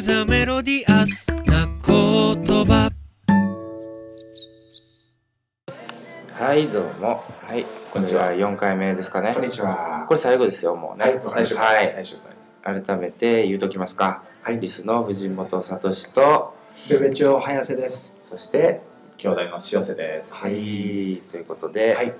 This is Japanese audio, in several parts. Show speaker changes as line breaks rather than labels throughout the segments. ザメロディアスな言葉
はい、どうも。はい、
こんにちは
これは4回目ですかね。
こんにちは。
これ最後ですよ、もうね。
最初
は
最初から。
い。改めて言うときますか。
はい
リスの藤本聡と、
ベベチョ早瀬です。
そして、
兄弟の塩瀬です。
は。い、ということで、
はい。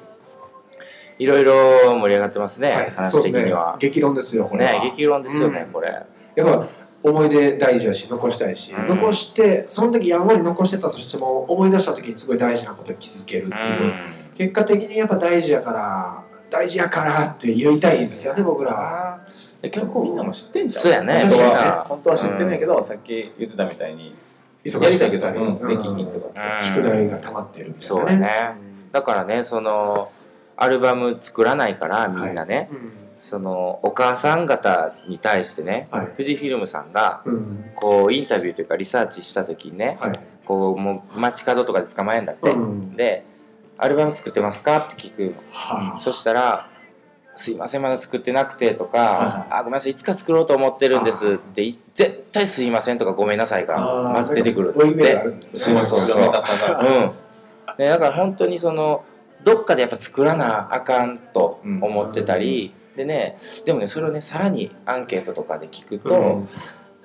いろいろ盛り上がってますね、
はい
話的に
そう
は。
ですね激論ですよ、これは。
ね、激論ですよね、
うん
これ。
やっぱ思い出大事だし、残したいし、
うん
残して、その時やんわり残してたとしても、思い出した時にすごい大事なことに気づけるっていう。結果的にやっぱ大事やから、大事やからって言いたいですよね、僕らは。
で
結構みんなも知ってんじゃん
そうやね
本
み
当
ん
な
は本当は知ってんねんけど、さっき言ってたみたいに
忙
や
し
りた
い
いけ
けど
ど、
ね
うん、できひん
う
と
ん
か、
宿題が溜まってるみたいな、
そうだね。だからね、その、アルバム作らないから、みんなね、
うん。
その、お母さん方に対してね、
はい。
富士フィルムさんが、
うん。
こうインタビューというかリサーチした時にね
はい。
こうもう街角とかで捕まえんだって、
うん
で「アルバム作ってますか?」って聞く
は
のそしたら「すいませんまだ作ってなくて」とか
は
「あごめんなさいいつか作ろうと思ってるんです」ってい絶対「すいません」とか「ごめんなさい」が
あー
まず出てくる
追い目があ
で
るんです
そう
ね。
そうそう
後ろめたさが
うんでだから本当にそのどっかでやっぱ作らなあかんと思ってたり、でねでもねそれをねさらにアンケートとかで聞くと、
うん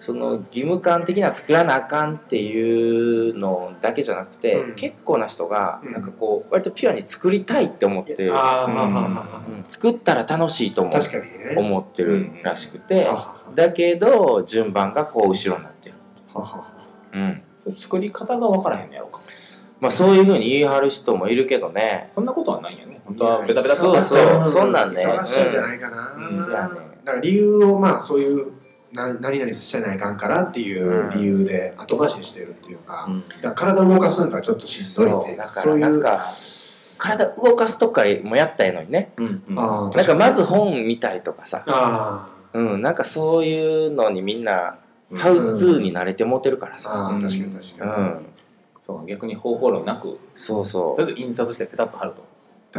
その義務感的な作らなあかんっていうのだけじゃなくて、
うん
結構な人が
うん
なんかこう割とピュアに作りたいって思ってる、
あー
うん
ははは
うん作ったら楽しいと思
確かにね。
思ってるらしくて、
は
だけど順番がこう後ろになってる、
はは
うん
作り方が分からへんのやろか
まあ、そういうふうに言い張る人もいるけどね
そんなことはないんやね本当はベタベタ
そうそう
なっちゃ
そんなんね
忙しいんじゃないかな、
うん
そうやね
だから理由をまあそういうな何々してないかんからっていう理由で後回しにしてるっていうか,、だから体を動かすのがちょっとしんどい
そ
っていうう
だか
そ
ら
うい
なん
う
か体動かすとこからもやったらええのにね
ううんうん
あー
なんかまず本見たいとかさ、
あ
うん、なんかそういうのにみんなハウツーに慣れてモテるから
ー
さ、
あー確かに確
う
かに、
ん、
そう逆に方法論なく
そうそ
とりあえず印刷してペタッと貼 ると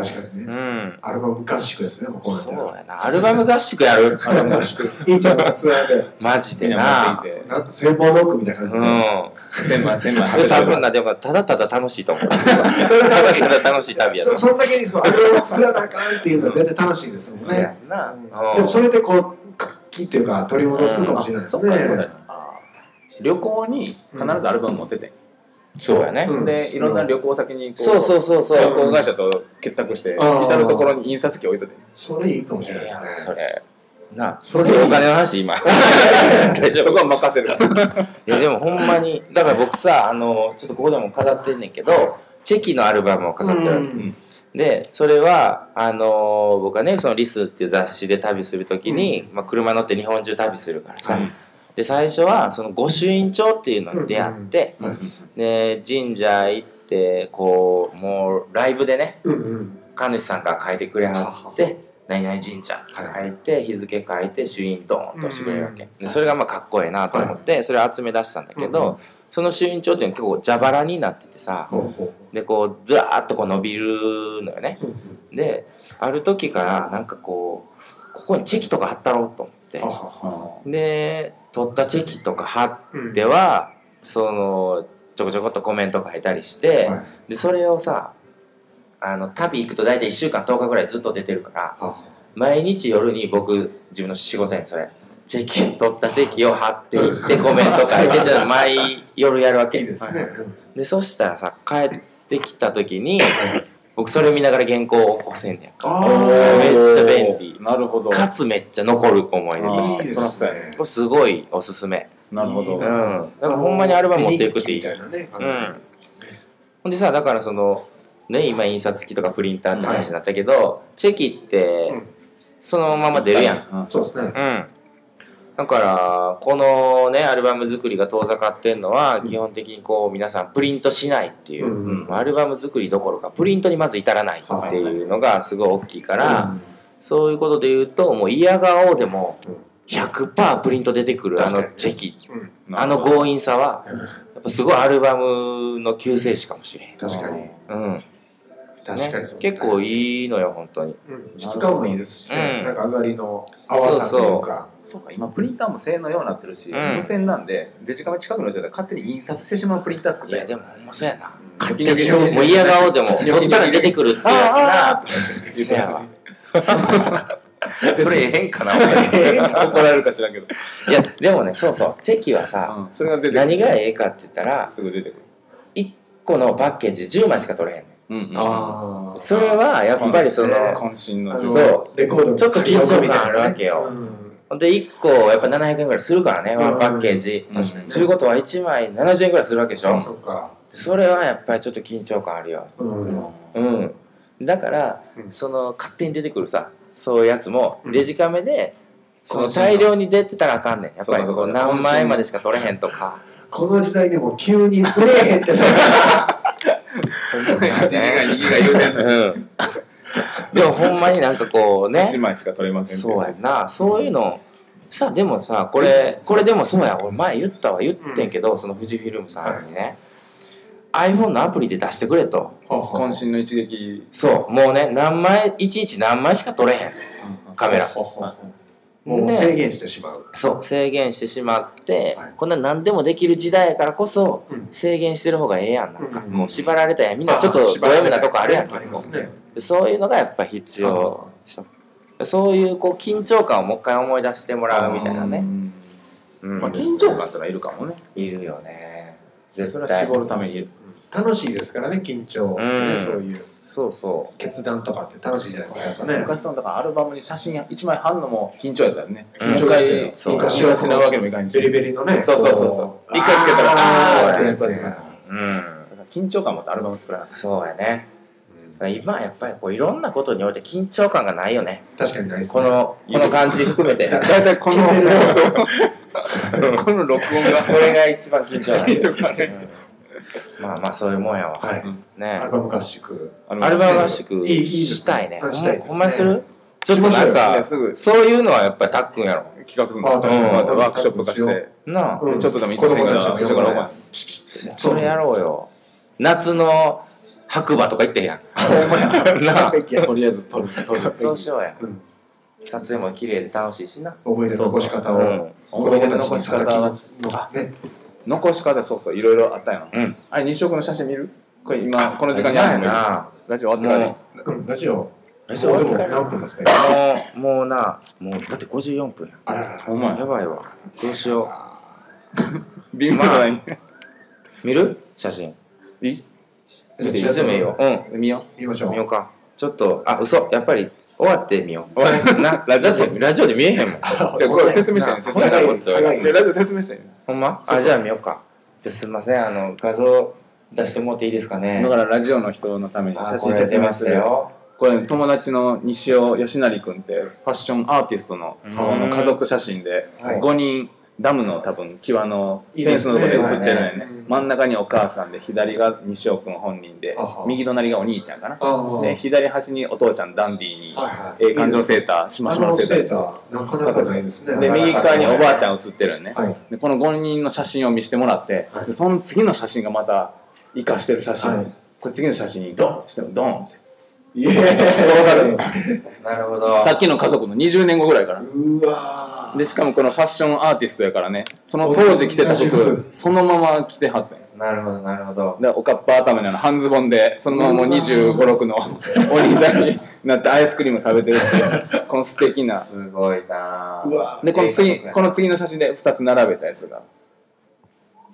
確かに
う、う
ね
ん、
アルバム合宿ですねもうこうなっ
そ
たら
うやな、アルバム合宿やる、
あれも しく
いいちゃんのツアーで
マジ
み
で
んな持っ
な、
ていて
なんか聖望ドッグみたいな感
う
じで、
ん、
千枚千枚貼
多分
な
な、でもただただ楽しいと思う、それただただ楽しい旅や
そ
と
そのだけにそのアルバムを作らなあかんっていうのは絶対楽しいですもん
そう
ね
や、んな、うん
でもそれでこう活気っていうか取り戻すかもしれないです
そっ
ね、
かってことやなあー旅行に必ずアルバム持ってて、
そうやね、
うん
でいろんな旅行先にこ
そうそうそうそう、
旅行会社と結託して
あー
至る所に印刷機置いといて
それいいかもしれないですね
それ、な、
そ
そ
れ
れお金の話、今、大丈
そ
夫
こは任せる
いやでもほんまにだから僕さあのちょっとここでも飾ってんねんけどチェキのアルバムを飾ってるわけ、
うん
でそれはあの僕はねその「リス」っていう雑誌で旅するときに、まあ、車乗って日本中旅するからさ、
はい
で最初はその御朱印帳っていうのに出会って、
うんうん
で神社行ってこうもうライブでね
うんうん
神主さんが書いてくれはって「何々神社」って書いて日付書いて朱印ドーンとしてくれるわけ、でそれがまあかっこええなと思ってそれを集め出したんだけど、その朱印帳っていうのは結構蛇腹になっててさ、
ほうほ
でこうずらーっとこう伸びるのよね
ううん
である時からなんかこうここにチェキとか貼ったろうと思って
はは
で取ったチェキとか貼っ
うん
てはそのちょこちょこっとコメント書いたりして、
はい
でそれをさあの旅行くと大体1週間10日ぐらいずっと出てるから
は
毎日夜に僕自分の仕事にそれチェキ取ったチェキを貼っていってコメント書いてって毎夜やるわけ
いいですね
でそしたらさ帰ってきた時 に僕それ見ながら原稿を起こせんねん
あ
めっちゃ便利
なるほど
かつめっちゃ残る思い出
あ
と
ー
し
いい
て
で
そら
す
そうや
ね
これすごいおすすめ
なるほ
う
ど
んだからほんまにアルバム持っていくっていい
みたいなね
うんほんでさだからそのね今印刷機とかプリンターって話になったけど、チェキって
うん
そのまま出るやん
うん
そうですね
うんだからこのねアルバム作りが遠ざかってんのは基本的にこう皆さんプリントしないっていう、
うんうん
もうアルバム作りどころかプリントにまず至らないっていうのがすごい大きいから、そういうことで言うともう嫌顔でも
うん
100%プリント出てくるあ
確か
の
に
チェキ
うん
あの強引さはやっぱすごいアルバムの救世主かもしれん
確かに
うん
確かにそうですね
結構いいのよ本当に
うん質感もいいですし
う
ね、
ん
なんか上がりの淡さというか
そうか今プリンターも性能ようになってるし、
うん
無線なんでデジカメ近くの人で勝手に印刷してしまうプリンター作っ
い
て
やでもほんまそうやな
勝手
に
もう嫌顔でも取ったら出てくるってやつな
あ
せやわそれええんかなお
ええ
前
んか怒られるか知らんけど、
いやでもねそうそうチェキはさ
うんそれが出てくる
何がええかって言ったら
すぐ出てくる、
1個のパッケージ10枚しか取れへんね
うんうん
あ
んそれはやっぱりその
渾身の
の
情
そう
レコードの
ちょっと緊張感あるわけよ
うん
ほんで1個やっぱ700円ぐらいするからねワンパッケージ
うん確かに
そういうことは1枚70円ぐらいするわけでし
そ
ょ
うそっか
それはやっぱりちょっと緊張感あるよ
うん
うんだから、
うん
その勝手に出てくるさそういうやつも
うん
デジカメで、その
渾身
大
の
量に出てたらあかんねんやっぱりこ
そうだ
う
そうだ
何枚までしか取れへんとか
この時代でも急に売れへんってそれ
一枚が右が言うてんのに
うんでもほんまになんかこう
1
ね
枚しか取れませんって
そうやんなそういうのさでもさこれこれでもそうや俺前言ったわ言ってんけど、その富士フィルムさんにね、iPhone のアプリで出してくれと
渾身の一撃
そうもうね何枚いちいち何枚しか取れへんカメラ
もう
ね
制限してしまう
そう制限してしまって、
はい
こんな何でもできる時代やからこそ、
うん
制限してる方がええやんなんか、
うん
もう縛られたやんみんなちょっとド M なとこあるやん
ありますね
でそういうのがやっぱ必要でそういうこう緊張感をもう一回思い出してもらうみたいなね、うん
まあ、緊張感ってのはいるかもね
いるよね
それは絞るためにいる
楽しいですからね緊張って
うん
ねそういう
そうそう
決断とかって楽しいじゃないですかやっぱね
昔のだからアルバムに写真1枚貼るのも緊張やったよね
うん
一回
そう
印刷しないわけにもいかないし
ベリベリのね
そうそうそうそう一回つけたら
あー
あー
ってやつね
うん
だから緊張感持ってアルバム作らない
そうやねだから今はやっぱりこういろんなことにおいて緊張感がないよね
確かにないです
こ
ね
のこの感じ含めてこ
大体この
消せる
そうこの録音が
れが一番緊張感
るから ね
まあまあそういうもんやわ、
はい
ね
アルバム合宿
アルバム合
し
宿
いいいいですね
したいね。
あしたいですね
ほんまにするちょっとなんか、
すぐ
そういうのはやっぱりタックンやろ。
企画する
あ
の
確かに
うんワークショップ化してで
なあ。
うん
ちょっとでも一個線から
子供たちも
後ろから
それやろうよ。夏の白馬とか行ってへんやん。な あ。
お前とりあえず撮る撮る
そうしようや
うん。
撮影も綺麗で楽しいしな。
思い出の残し方を子供たちに叩きのね
残し方そうそういろいろあったやん、
うん
あれ日食の写真見るこれ今こ
こ
の時間にあるのよ
な。
ラジオ終わってか
うんラジオ
ラジオ
もう
終わって
でも
から
何分ですか
もう、もうな、もうだって54分や
あらら
らほんま
ん。や
や
ばいわ。どうしよ
ビンバー
う。見る写真。
にい
見ていいでもいいよ。うん。
見よ
見ましょ
見
う
ようか。ちょっと、あ、嘘。やっぱり終わってみよう。 な、ラジオで、ラジオで見えへんもん。
うじゃあこれ説明したいね
な
説明したい
こっちは
ねいやラジオ説明したいね
ほんま
そう
あ、
そう
じゃあ見ようか。じゃあすいません、あの、画像出してもらっていいですかね
だ。からラジオの人のために
あ
写
こ
真
れ
説
出
明
ますした
るよ
よ。
これ友達の西尾義成君ってファッションアーティストの
うん
この家族写真で
はい
5人ダムの多分際のフ
いいで
ェン
すね
スのとこで写ってるのよね
うん
真ん中にお母さんで左が西尾君本人で
あは
右隣がお兄ちゃんかな
あ
で左端にお父ちゃんダンディーに、
は
えー感情セーターしま
マ
し
シ
ま
ュマ
の
ロ
セ
セ
ーター
ーターなかなかないですね
で右側におばあちゃ
ん
ん写ってるよね、
はい
でこの5人の写真を見せてもらって、
はい
でその次の写真がまた生かしてる写真、
はい
これ次の写真にドンしてドンって
イエーイ
なるほど。
さっきの家族の20年後ぐらいか ら
うわー
でしかもこのファッションアーティストやからねその当時着てた服そのまま着てはったんよ
なるほど、なるほど。
でおかっぱ頭にあの半ズボンでそのままもう2 5六6のお兄ちゃんになってアイスクリーム食べてるっていうこの素敵な
すごいな
うわ
でこの次
ええ
この次の写真で2つ並べたやつが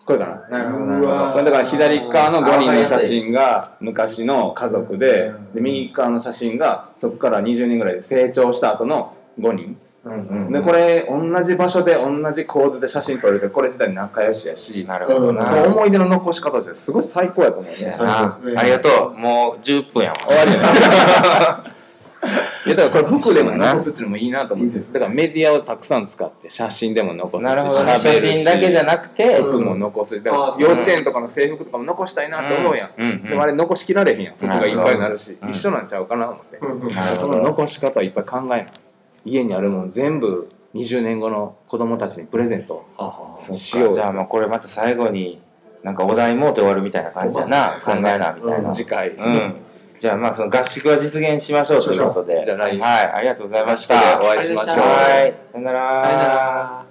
これかな
なるほど、なるほ
うわ
ど。
これだから左側の5人の写
あわかりや
真が昔の家族で
うん
で右側の写真がそこから20年ぐらいで成長した後の5人
うんうん。
でこれ同じ場所で同じ構図で写真撮れるからこれ自体仲良しやし
なるほどな。
思い出の残し方としてすごい最高やと思うね
そうや
終
な
そうですね
ありがとう。もう10分やわ。
わりやな いやだからこれ服でも残すっていうのもいいなと思っ
い
て
いです
だからメディアをたくさん使って写真でも残すし
なるほどね。
喋
写
るし
真だけじゃなくて、
服も残すだから
あー
幼稚園とかの制服とかも残したいなって思うやん、
うんうん
でもあれ残しきられへんやん服がいっぱいになるし、
うん
一緒なんちゃうかなと思って、
うんうん
なるほ
そ
ど
の残し方をいっぱい考えない家にあるもの全部20年後の子供たちにプレゼント
そっか
しよう
じゃあまあこれまた最後になんかお題もうて終わるみたいな感じやな考えなみたいな、
次回、
うんじゃあまあその合宿は実現しましょうということで。
じゃあ来
はい、ありがとうございました。
お会いしましょう
はい、さよなら。
さよなら。